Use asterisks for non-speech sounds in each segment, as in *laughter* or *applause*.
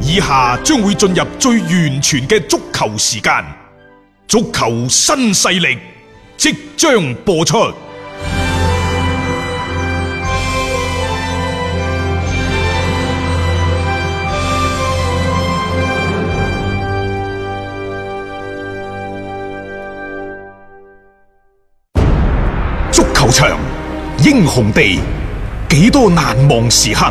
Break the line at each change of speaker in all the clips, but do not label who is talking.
以下將會進入最完全嘅足球時間，足球新勢力即將播出。足球場，英雄地，幾多難忘時刻。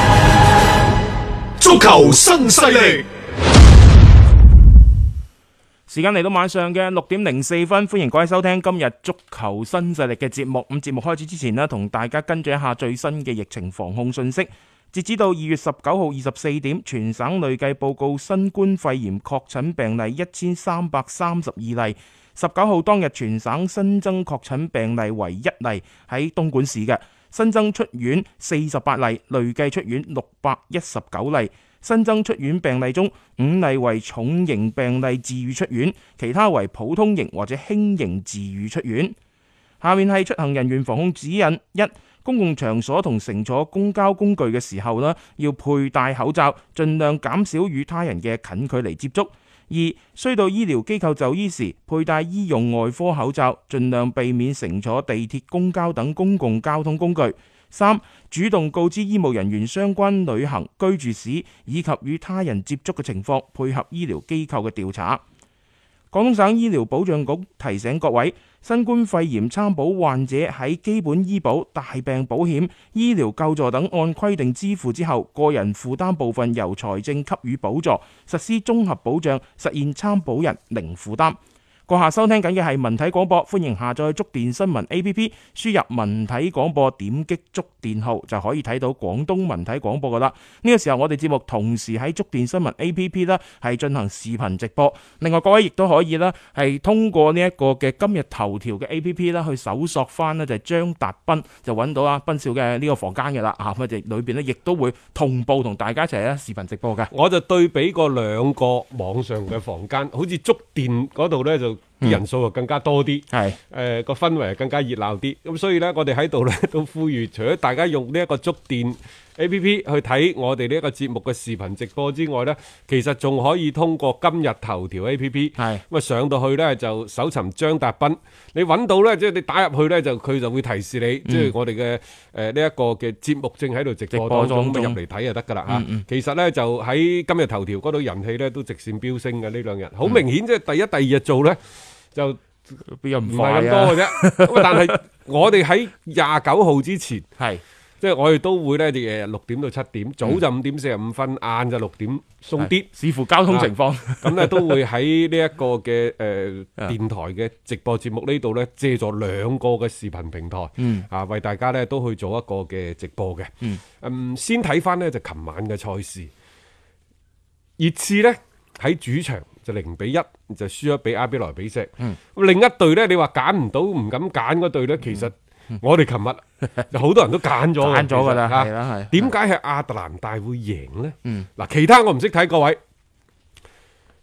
足球新勢力，
時間嚟到晚上嘅六點零四分，歡迎各位收聽今日足球新勢力嘅節目。咁節目開始之前呢，同大家跟進一下最新嘅疫情防控信息。截止到二月十九號二十四點，全省累計報告新冠肺炎確診病例一千三百三十二例。十九號當日全省新增確診病例為一例，喺東莞市嘅新增出院四十八例，累計出院六百一十九例。新增出院病例中，五例為重型病例治愈出院，其他為普通型或者輕型治愈出院。下面係出行人員防控指引一。公共場所同乘坐公交工具嘅時候呢，要佩戴口罩，盡量減少與他人嘅近距離接觸。二，需到醫療機構就醫時，佩戴醫用外科口罩，盡量避免乘坐地鐵、公交等公共交通工具。三，主動告知醫務人員相關旅行、居住史以及與他人接觸嘅情況，配合醫療機構嘅調查。廣東省醫療保障局提醒各位，新冠肺炎參保患者喺基本醫保、大病保險、醫療救助等按規定支付之後，個人負擔部分由財政給予補助，實施綜合保障，實現參保人零負擔。閣下收聽緊嘅係文體廣播，歡迎下載觸電新聞 A P P，輸入文體廣播，點擊觸電號就可以睇到廣東文體廣播噶啦。呢個時候我哋節目同時喺觸電新聞 A P P 啦，係進行視頻直播。另外各位亦都可以啦，係通過呢一個嘅今日頭條嘅 A P P 啦，去搜索翻呢就係張達斌，就揾到啊斌少嘅呢個房間嘅啦。啊，咁啊，裏邊呢亦都會同步同大家一齊咧視頻直播嘅。
我就對比過兩個網上嘅房間，好似觸電嗰度呢，就人數就更加多啲，
係
誒個氛圍更加熱鬧啲。咁所以呢，我哋喺度呢都呼籲，除咗大家用呢一個觸電 A P P 去睇我哋呢一個節目嘅視頻直播之外呢，其實仲可以通過今日頭條 A P P，
係
咁啊上到去呢，就搜尋張達斌，你揾到呢，即係你打入去呢，就佢就會提示你，即係我哋嘅誒呢一個嘅節目正喺度直播當中，
直播當中嗯
咁入嚟睇就得㗎啦嚇。其實呢，就喺今日頭條嗰度人氣呢，都直線飆升嘅呢兩日，
嗯
好明顯即係第一、第二日做呢。就
邊有
唔
*laughs* 唔
係
快
咁
啊？
多嘅啫。咁啊但係我哋喺廿九號之前，
係
即係我哋都會咧，日日六點到七點，早
嗯
就五點四十五分，晏就六點鬆啲，
視乎交通情況。
咁咧都會喺呢一個嘅誒電台嘅直播節目呢度咧，借助兩個嘅視頻平台，
嗯
啊為大家咧都去做一個嘅直播嘅。
嗯
嗯，先睇翻呢，就琴晚嘅賽事，熱刺呢喺主場就零比一就輸咗俾阿比萊比錫。
嗯
咁另一隊呢，你話揀唔到唔敢揀嗰隊呢，其實我哋琴日就好多人都揀咗嘅，
*laughs* 揀咗㗎啦
其實啊
係啦係
點解係亞特蘭大會贏呢？
嗯
嗱，其他我唔識睇，各位，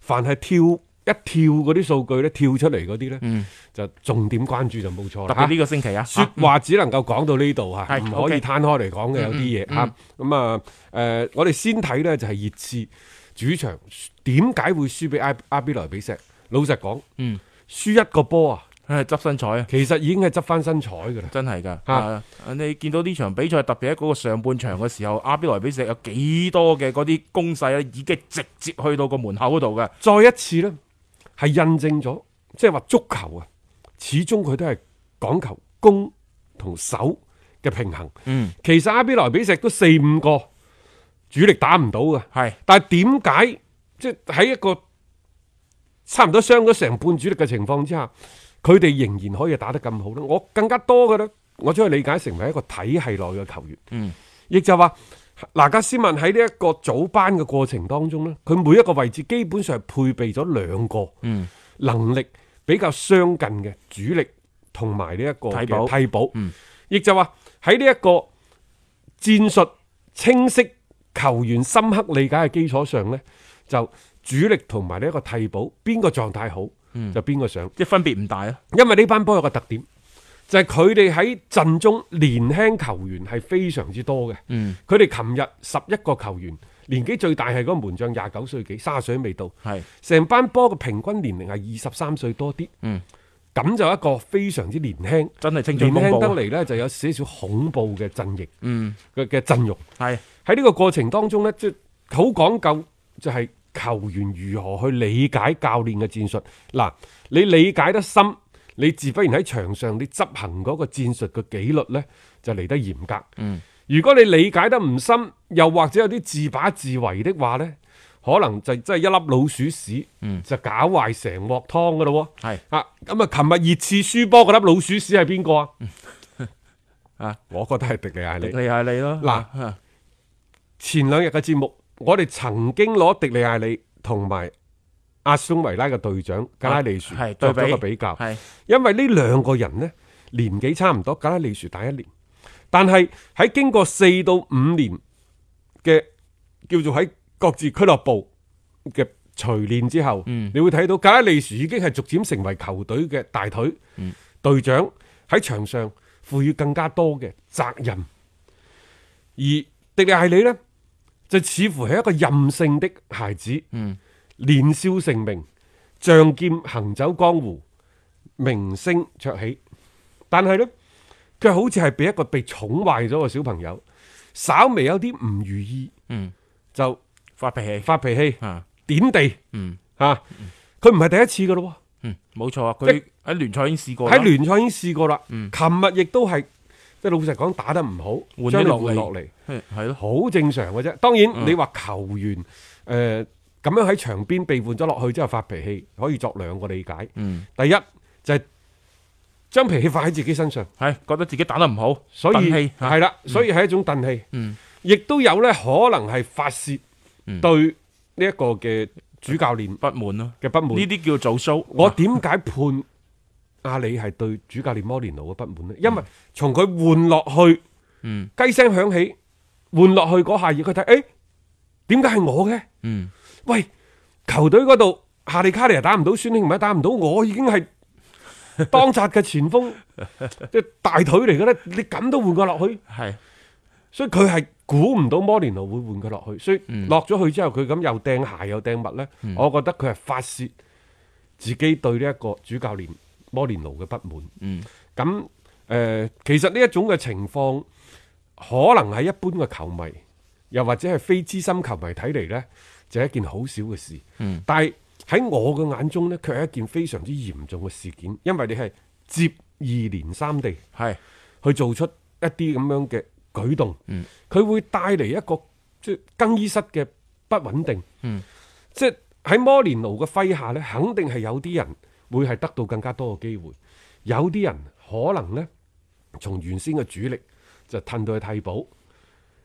凡係跳一跳嗰啲數據呢，跳出嚟嗰啲呢，
嗯，
就重點關注就冇錯啦。
特別呢個星期啊，
说話只能夠講到呢度嚇，
係嗯
唔可
OK
以攤開嚟講嘅有啲嘢嚇。咁啊誒，我哋先睇呢就係熱刺主場點解會輸俾阿阿比萊比錫？老實講，
嗯
輸一個波啊，
啊執身彩啊！
其實已經係執翻身彩㗎啦。
真係㗎，
嚇
啊！你見到呢場比賽，特別喺嗰個上半場嘅時候，阿比萊比錫有幾多嘅嗰啲攻勢咧，已經直接去到個門口嗰度嘅。
再一次呢，係印證咗，即係話足球啊，始終佢都係講求攻同守嘅平衡。
嗯，
其實阿比萊比錫都四五個主力打唔到㗎。
係
但係點解即係喺一個差唔多傷咗成半主力嘅情況之下，佢哋仍然可以打得咁好呢？我更加多嘅呢，我將佢理解成為一個體系內嘅球員。
嗯，
亦就話嗱，加斯曼喺呢一個組班嘅過程當中呢，佢每一個位置基本上係配備咗兩個
嗯
能力比較相近嘅主力同埋呢一個嘅
替補
替補
嗯，
亦就話喺呢一個戰術清晰、球員深刻理解嘅基礎上呢，就主力同埋呢一個替補邊個狀態好
嗯
就邊個上。
即係分別唔大啊。
因為呢班波有個特點，就係佢哋喺陣中年輕球員係非常之多嘅。
嗯，
佢哋琴日十一個球員，年紀最大係嗰個門將廿九歲幾，卅歲都未到。
係
成班波嘅平均年齡係二十三歲多啲。
嗯，
咁就一個非常之年輕，
真係青
年
春風
輕得
暴啊。
嚟呢就有少少恐怖嘅陣型
嗯，
嘅嘅陣容。
係
喺呢個過程當中呢，即係好講究就係球員如何去理解教練嘅戰術。嗱，你理解得深，你自不然喺場上你執行嗰個戰術嘅紀律呢，就嚟得嚴格。嗯，如果你理解得唔深，又或者有啲自把自為的話呢，可能就真係一粒老鼠屎，就搞壞成鍋湯噶咯喎。
係
啊，咁啊，琴日熱刺輸波嗰粒老鼠屎係邊個啊？ *laughs*
啊，
我覺得係迪利亞利。
你係你咯。
嗱前兩日嘅節目，我哋曾經攞迪利艾利同埋阿斯通維拉嘅隊長加拉利樹
係
作
對
咗
比
個比較，
係
因為呢兩個人呢年紀差唔多，加拉利樹大一年，但係喺經過四到五年嘅叫做喺各自俱樂部嘅錘煉之後，你會睇到加拉利樹已經係逐漸成為球隊嘅大腿、隊長喺場上賦予更加多嘅責任。而迪利艾里呢，就似乎係一個任性的孩子，年少成名，仗劍行走江湖，名聲卓起。但係呢，佢好似係俾一個被寵壞咗嘅小朋友，稍微有啲唔如意，
嗯
就
發脾氣
發脾氣、
啊，
點地
嗯
嚇。佢唔係第一次噶咯喎。
嗯，冇錯啊。
即
佢喺聯賽已經試過啦嗯
喺聯賽已經試過啦。琴日亦都係，即係老實講打得唔好，
換咗
將你
落嚟嗯
換落嚟，
係係咯，
好正常嘅啫。當然你話球員誒咁樣喺場邊被換咗落去之後發脾氣，可以作兩個理解。
嗯
第一就係將脾氣發喺自己身上，
係覺得自己打得唔好，
所以
氣嚇
係啦，所以係一種憤氣。
嗯
亦都有咧可能係發泄
嗯
對呢一個嘅主教練
不滿咯。
嘅不滿。
呢啲叫做做 show。
我點解判阿里係對主教練摩連奴嘅不滿呢？因為從佢換落去，
嗯
雞聲響起，換落去嗰下嘢，佢睇，誒點解係我嘅？
嗯
喂，球隊嗰度夏利卡尼又打唔到，孫興文又打唔到，我已經
*laughs*
係當扎嘅前鋒，即係大腿嚟嘅咧，你咁都換我落去，
係
所以佢係估唔到摩連奴會換佢落去，所以
嗯
落咗去之後，佢咁又掟鞋又掟物呢，我覺得佢係發泄自己對呢一個主教練摩連奴嘅不滿。
嗯
咁誒、呃其實呢一種嘅情況，可能喺一般嘅球迷，又或者係非資深球迷睇嚟呢，就係一件好小嘅事。
嗯
但係喺我嘅眼中呢，卻係一件非常之嚴重嘅事件，因為你係接二連三地
係
去做出一啲咁樣嘅舉動，佢、
嗯
會帶嚟一個即係更衣室嘅不穩定。
嗯
即係喺摩連奴嘅麾下呢，肯定係有啲人會係得到更加多嘅機會，有啲人可能呢，從原先嘅主力就褪到去替補，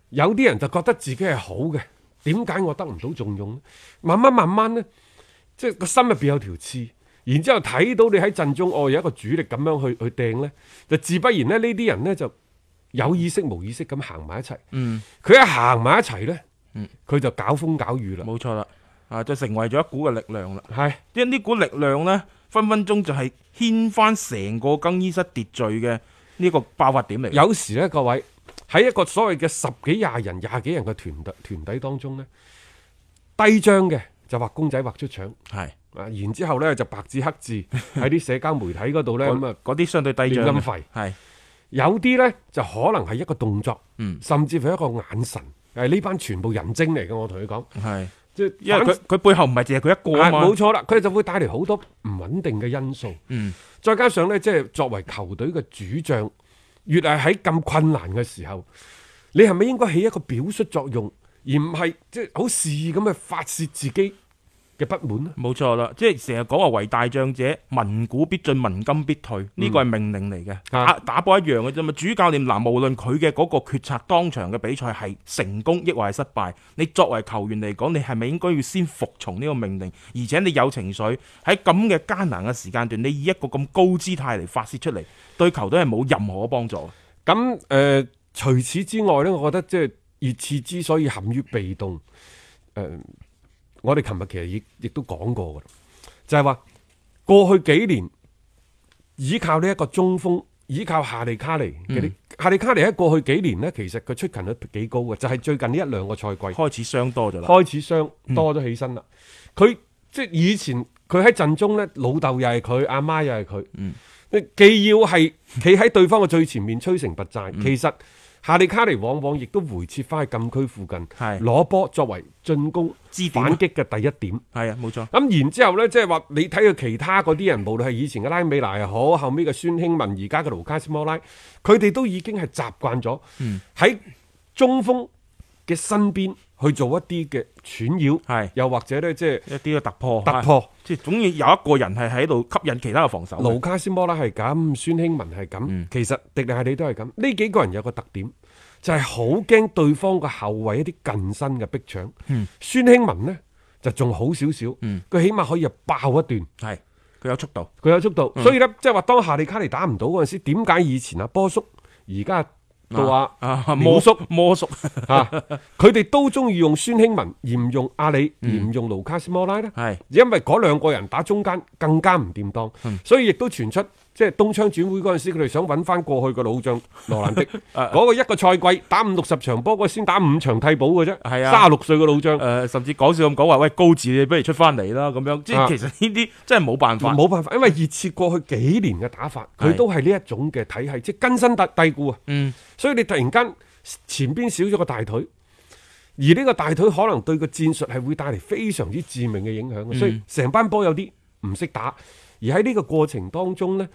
有啲人就覺得自己係好嘅，點解我得唔到重用呢？慢慢慢慢呢，即係個心入邊有條刺。然之後睇到你喺陣中，哦有一個主力咁樣去去掟
嗯
呢，就自不然呢，呢啲人呢就有意識無意識咁行埋一齊。
嗯
佢一行埋一齊呢，佢就搞風搞雨啦。
冇錯啦。啊，就成為咗一股嘅力量啦。
係
因為呢股力量呢，分分鐘就係牽翻成個更衣室秩序嘅呢個爆發點嚟。
有時呢，各位喺一個所謂嘅十幾廿人、廿幾人嘅團隊團體當中呢，低張嘅就畫公仔畫出腸
係
啊，然之後呢，就白紙黑
*laughs*
字喺啲社交媒體嗰度呢。咁啊
嗰。嗰啲相對低
亂
漲
咁
嘅
吠
係
有啲呢，就可能係一個動作，
嗯
甚至乎一個眼神。誒呢班全部人精嚟嘅，我同你講，
係，
即係
因為佢佢背後唔係淨係佢一個
啊
啊嘛。
冇錯啦，佢就會帶嚟好多唔穩定嘅因素。
嗯
再加上呢，即係作為球隊嘅主將，越係喺咁困難嘅時候，你係咪應該起一個表率作用，而唔係即係好肆意咁去發泄自己嘅不滿啦。
冇錯啦，即係成日講話為大將者，民股必進，民金必
嗯
退，呢個係命令嚟嘅。
啊
打打波一樣嘅啫嘛。主教練嗱，無論佢嘅嗰個決策當場嘅比賽係成功抑或係失敗，你作為球員嚟講，你係咪應該要先服從呢個命令？而且你有情緒喺咁嘅艱難嘅時間段，你以一個咁高姿態嚟發泄出嚟，對球隊係冇任何嘅幫助。
咁誒、呃除此之外呢，我覺得即係熱刺之所以陷於被動，誒、呃我哋琴日其實亦亦都講過噶啦，就係、話過去幾年依靠呢一個中鋒，依靠夏利卡尼嗰啲，夏利卡尼喺過去幾年呢，其實佢出勤率幾高嘅，就係、最近呢一兩個賽季
開始傷多咗啦，嗯
開始傷多咗起身啦。佢、即係以前佢喺陣中呢，老豆又係佢，阿媽又係佢。
嗯
既要係企喺對方嘅最前面摧城拔寨，
嗯
其實夏利卡尼往往亦都回撤翻去禁區附近，
係
攞波作為進攻
支點啊
反擊嘅第一點。
係啊，冇錯。
咁然之後呢，即係話你睇佢其他嗰啲人，無論係以前嘅拉美娜又好，後尾嘅孫興文，而家嘅盧卡斯摩拉，佢哋都已經係習慣咗喺中鋒嘅身邊去做一啲嘅串擾，
係
又或者呢，即係
一啲嘅突破，啊
突破。
即係總要有一個人係喺度吸引其他嘅防守嘅。
盧卡斯摩拉係咁，孫興文係咁，其實迪利係你都係咁。呢幾個人有個特點，就係好驚對方嘅後衞一啲近身嘅逼搶。孫興文呢，就仲好少少，佢、起碼可以爆一段，
係佢有速度，
佢有速度。
嗯
所以呢，即係話當夏利卡尼打唔到嗰陣時，點解以前啊波叔，而家到啊 *laughs*
啊
廖
魔
叔
叔 *laughs* 魔叔
啊，佢哋都中意用孫興文，而唔用阿里，而唔用盧卡斯摩拉呢？
嗯係嗯
因為嗰兩個人打中間更加唔掂當，所以亦都傳出即係東窗轉會嗰陣時，佢哋想揾翻過去個老將羅蘭迪，
*laughs* 啊
嗰個一個賽季打五六十場波，嗰個先打五場替補嘅啫，
係啊
三十六歲嘅老將
誒、，呃甚至講笑咁講話，喂高智你不如出翻嚟啦咁樣，即
啊
係其實呢啲真係冇辦法。
冇辦法，因為熱刺過去幾年嘅打法，佢
係
都係呢一種嘅體系，即係根深蒂蒂固啊。
嗯，
所以你突然間前邊少咗個大腿，而呢個大腿可能對個戰術係會帶嚟非常之致命嘅影響
嗯
嘅，所以成班波有啲唔識打，而喺呢個過程當中呢，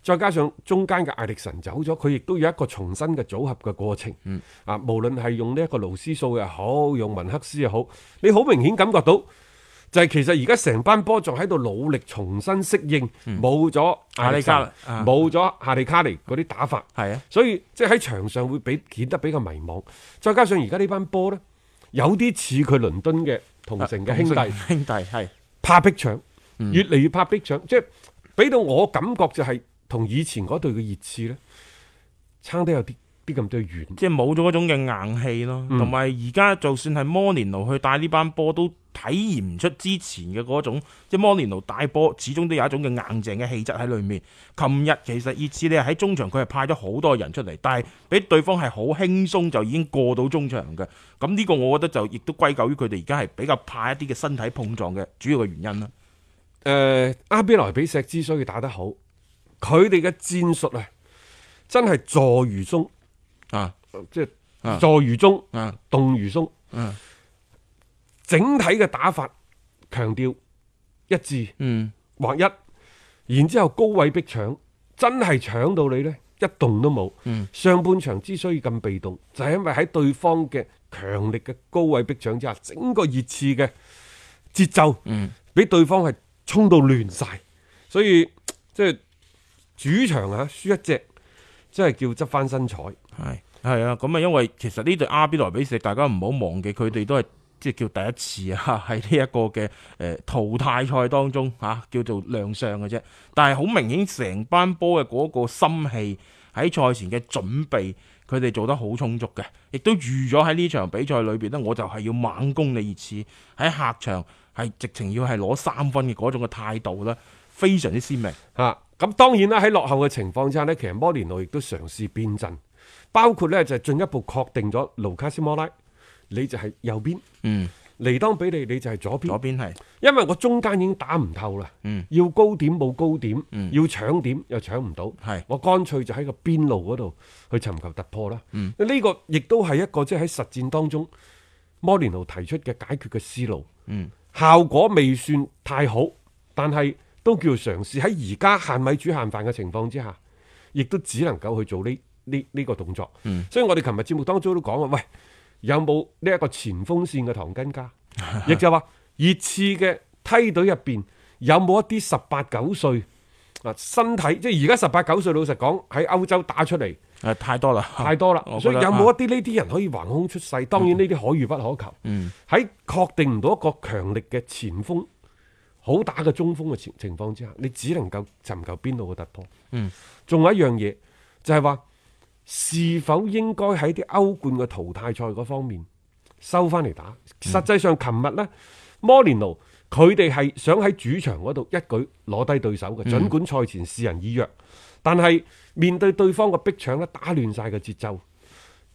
再加上中間嘅艾力神走咗，佢亦都有一個重新嘅組合嘅過程。
嗯
啊，無論係用呢一個勞斯數又好，用文克斯又好，你好明顯感覺到。就係其實而家成班波仲喺度努力重新適應，冇咗艾力
嗯夏
神
利卡啊，
冇咗夏利卡尼嗰啲打法，
係啊，
所以即係喺場上會比顯得比較迷茫，再加上而家呢班波呢，有啲似佢倫敦嘅同城嘅兄
啊同城嗯
弟，
兄弟係
怕逼搶，越嚟越怕逼搶，即係俾到我感覺就係同以前嗰隊嘅熱刺呢，撐得有啲啲咁多遠。
即係冇咗嗰種嘅硬氣咯，同埋而家就算係摩連奴去帶呢班波都。體驗唔出之前嘅嗰種，即係摩連奴帶波，始終都有一種嘅硬淨嘅氣質喺裏面。琴日其實熱刺你係喺中場佢係派咗好多人出嚟，但係俾對方係好輕鬆就已經過到中場嘅。咁呢個我覺得就亦都歸咎於佢哋而家係比較怕一啲嘅身體碰撞嘅主要嘅原因啦。
誒、呃阿比萊比錫之所以打得好，佢哋嘅戰術啊，真係坐如鐘，
啊，
即係
啊
坐如鐘，
啊
動如鬆。
啊
整體嘅打法強調一致
嗯，
劃一，然之後高位逼搶，真係搶到你呢，一動都冇。上半場之所以咁被動，就係、因為喺對方嘅強力嘅高位逼搶之下，整個熱刺嘅節奏，俾、對方係衝到亂晒。所以即係主場啊，輸一隻，真係叫執翻身彩。
係係啊，咁啊，因為其實呢隊阿比萊比錫，大家唔好忘記佢哋都係。即係叫第一次啊， *laughs* 喺呢一個嘅誒、呃淘汰賽當中嚇、啊叫做亮相嘅啫。但係好明顯，成班波嘅嗰個心氣喺賽前嘅準備，佢哋做得好充足嘅，亦都預咗喺呢場比賽裏邊呢，我就係要猛攻你熱刺喺客場係直情要係攞三分嘅嗰種嘅態度啦，非常之鮮明。
啊，咁當然啦，喺落後嘅情況之下呢，其實摩連奴亦都嘗試變陣，包括呢就係進一步確定咗盧卡斯摩拉，你就係右邊，
嗯，
尼當比利你就係左邊
左，邊係
因為我中間已經打唔透啦，
嗯
要高點冇高點，要搶點又搶唔到，
係
我乾脆就喺個邊路嗰度去尋求突破啦。
嗯
呢、個亦都係一個即係喺實戰當中摩連奴提出嘅解決嘅思路，
嗯
效果未算太好，但係都叫做嘗試喺而家限米煮限飯嘅情況之下，亦都只能夠去做呢呢呢個動作。
嗯
所以我哋琴日節目當中都講啊，喂， *laughs* 有冇呢一個前鋒線嘅唐根家？亦就話熱刺嘅梯隊入邊有冇一啲十八九歲啊身體即係而家十八九歲，老實講喺歐洲打出嚟
誒太啊多啦，
太多啦，
我覺
所以
得
有冇
啊
一啲呢啲人可以橫空出世？當然呢啲可遇不可求。
嗯
喺確定唔到一個強力嘅前鋒、好打嘅中鋒嘅情情況之下，你只能夠尋求邊路嘅突破。
嗯，
仲有一樣嘢就係話，是否應該喺啲歐冠嘅淘汰賽嗰方面收翻嚟打？實際上，琴日呢，摩連奴佢哋係想喺主場嗰度一舉攞低對手嘅，儘管賽前示人以弱，但係面對對方嘅逼搶咧，打亂晒嘅節奏。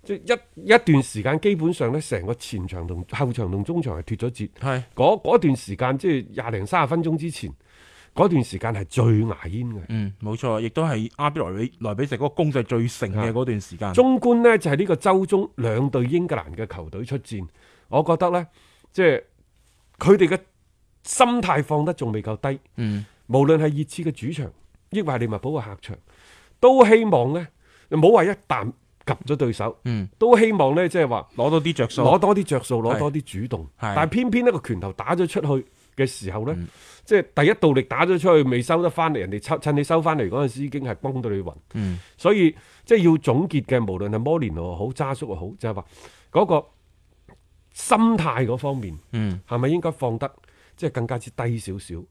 即係一一段時間，基本上咧，成個前場同後場同中場係脱咗節。
係
嗰嗰段時間，即係廿零三十分鐘之前，嗰段時間係最牙煙嘅。
嗯冇錯，亦都係阿比萊比萊比錫嗰個攻勢最盛嘅嗰段時間。
中觀呢，就係、呢個周中兩隊英格蘭嘅球隊出戰，我覺得呢，即係佢哋嘅心態放得仲未夠低。
嗯
無論係熱刺嘅主場，抑或係利物浦嘅客場，都希望呢，冇話一啖及咗對手，
嗯，
都希望呢，即係話。
攞到啲着數，
攞多啲着數，
係
攞多啲主動。
係嗯
但係偏偏呢個拳頭打咗出去嘅時候呢，即係第一道力打咗出去，未收得翻嚟，人哋抽趁你收翻嚟嗰陣時已經係崩到你暈。
嗯
所以即係要總結嘅，無論係摩連奴又好，渣叔又好，就係話嗰個心態嗰方面
嗯
係咪應該放得即係更加之低少少？誒、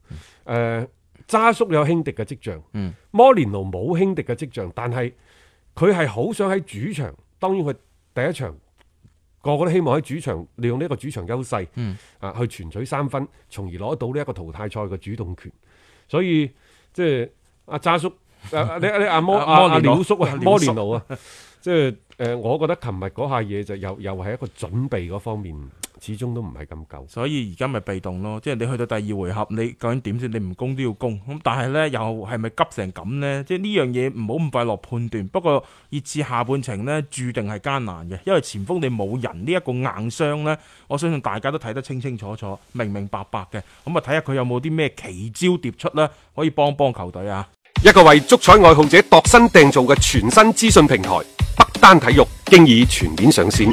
渣叔有輕敵嘅跡象，
嗯
摩連奴冇輕敵嘅跡象，但係佢係好想喺主場，當然佢第一場個個都希望喺主場利用呢一個主場優勢，
嗯
啊去全取三分，從而攞到呢一個淘汰賽嘅主動權。所以即係阿渣叔， *laughs* 啊、你你阿摩
啊
阿
摩
阿
連奴
廖叔啊
啊，
摩
廖叔
連奴啊，即係誒，我覺得琴日嗰下嘢就又又係一個準備嗰方面，始終都唔係咁夠。
所以而家咪被動咯，即係你去到第二回合，你究竟點先？你唔攻都要攻，咁但係呢，又係咪急成咁呢？即係呢樣嘢唔好咁快落判斷。不過熱刺下半程呢，注定係艱難嘅，因為前鋒你冇人呢一個硬傷呢，我相信大家都睇得清清楚楚、明明白白嘅。咁啊，睇下佢有冇啲咩奇招迭出呢，可以幫幫球隊啊！
一個為足彩愛好者度身訂造嘅全新資訊平台北單體育，經已全面上線。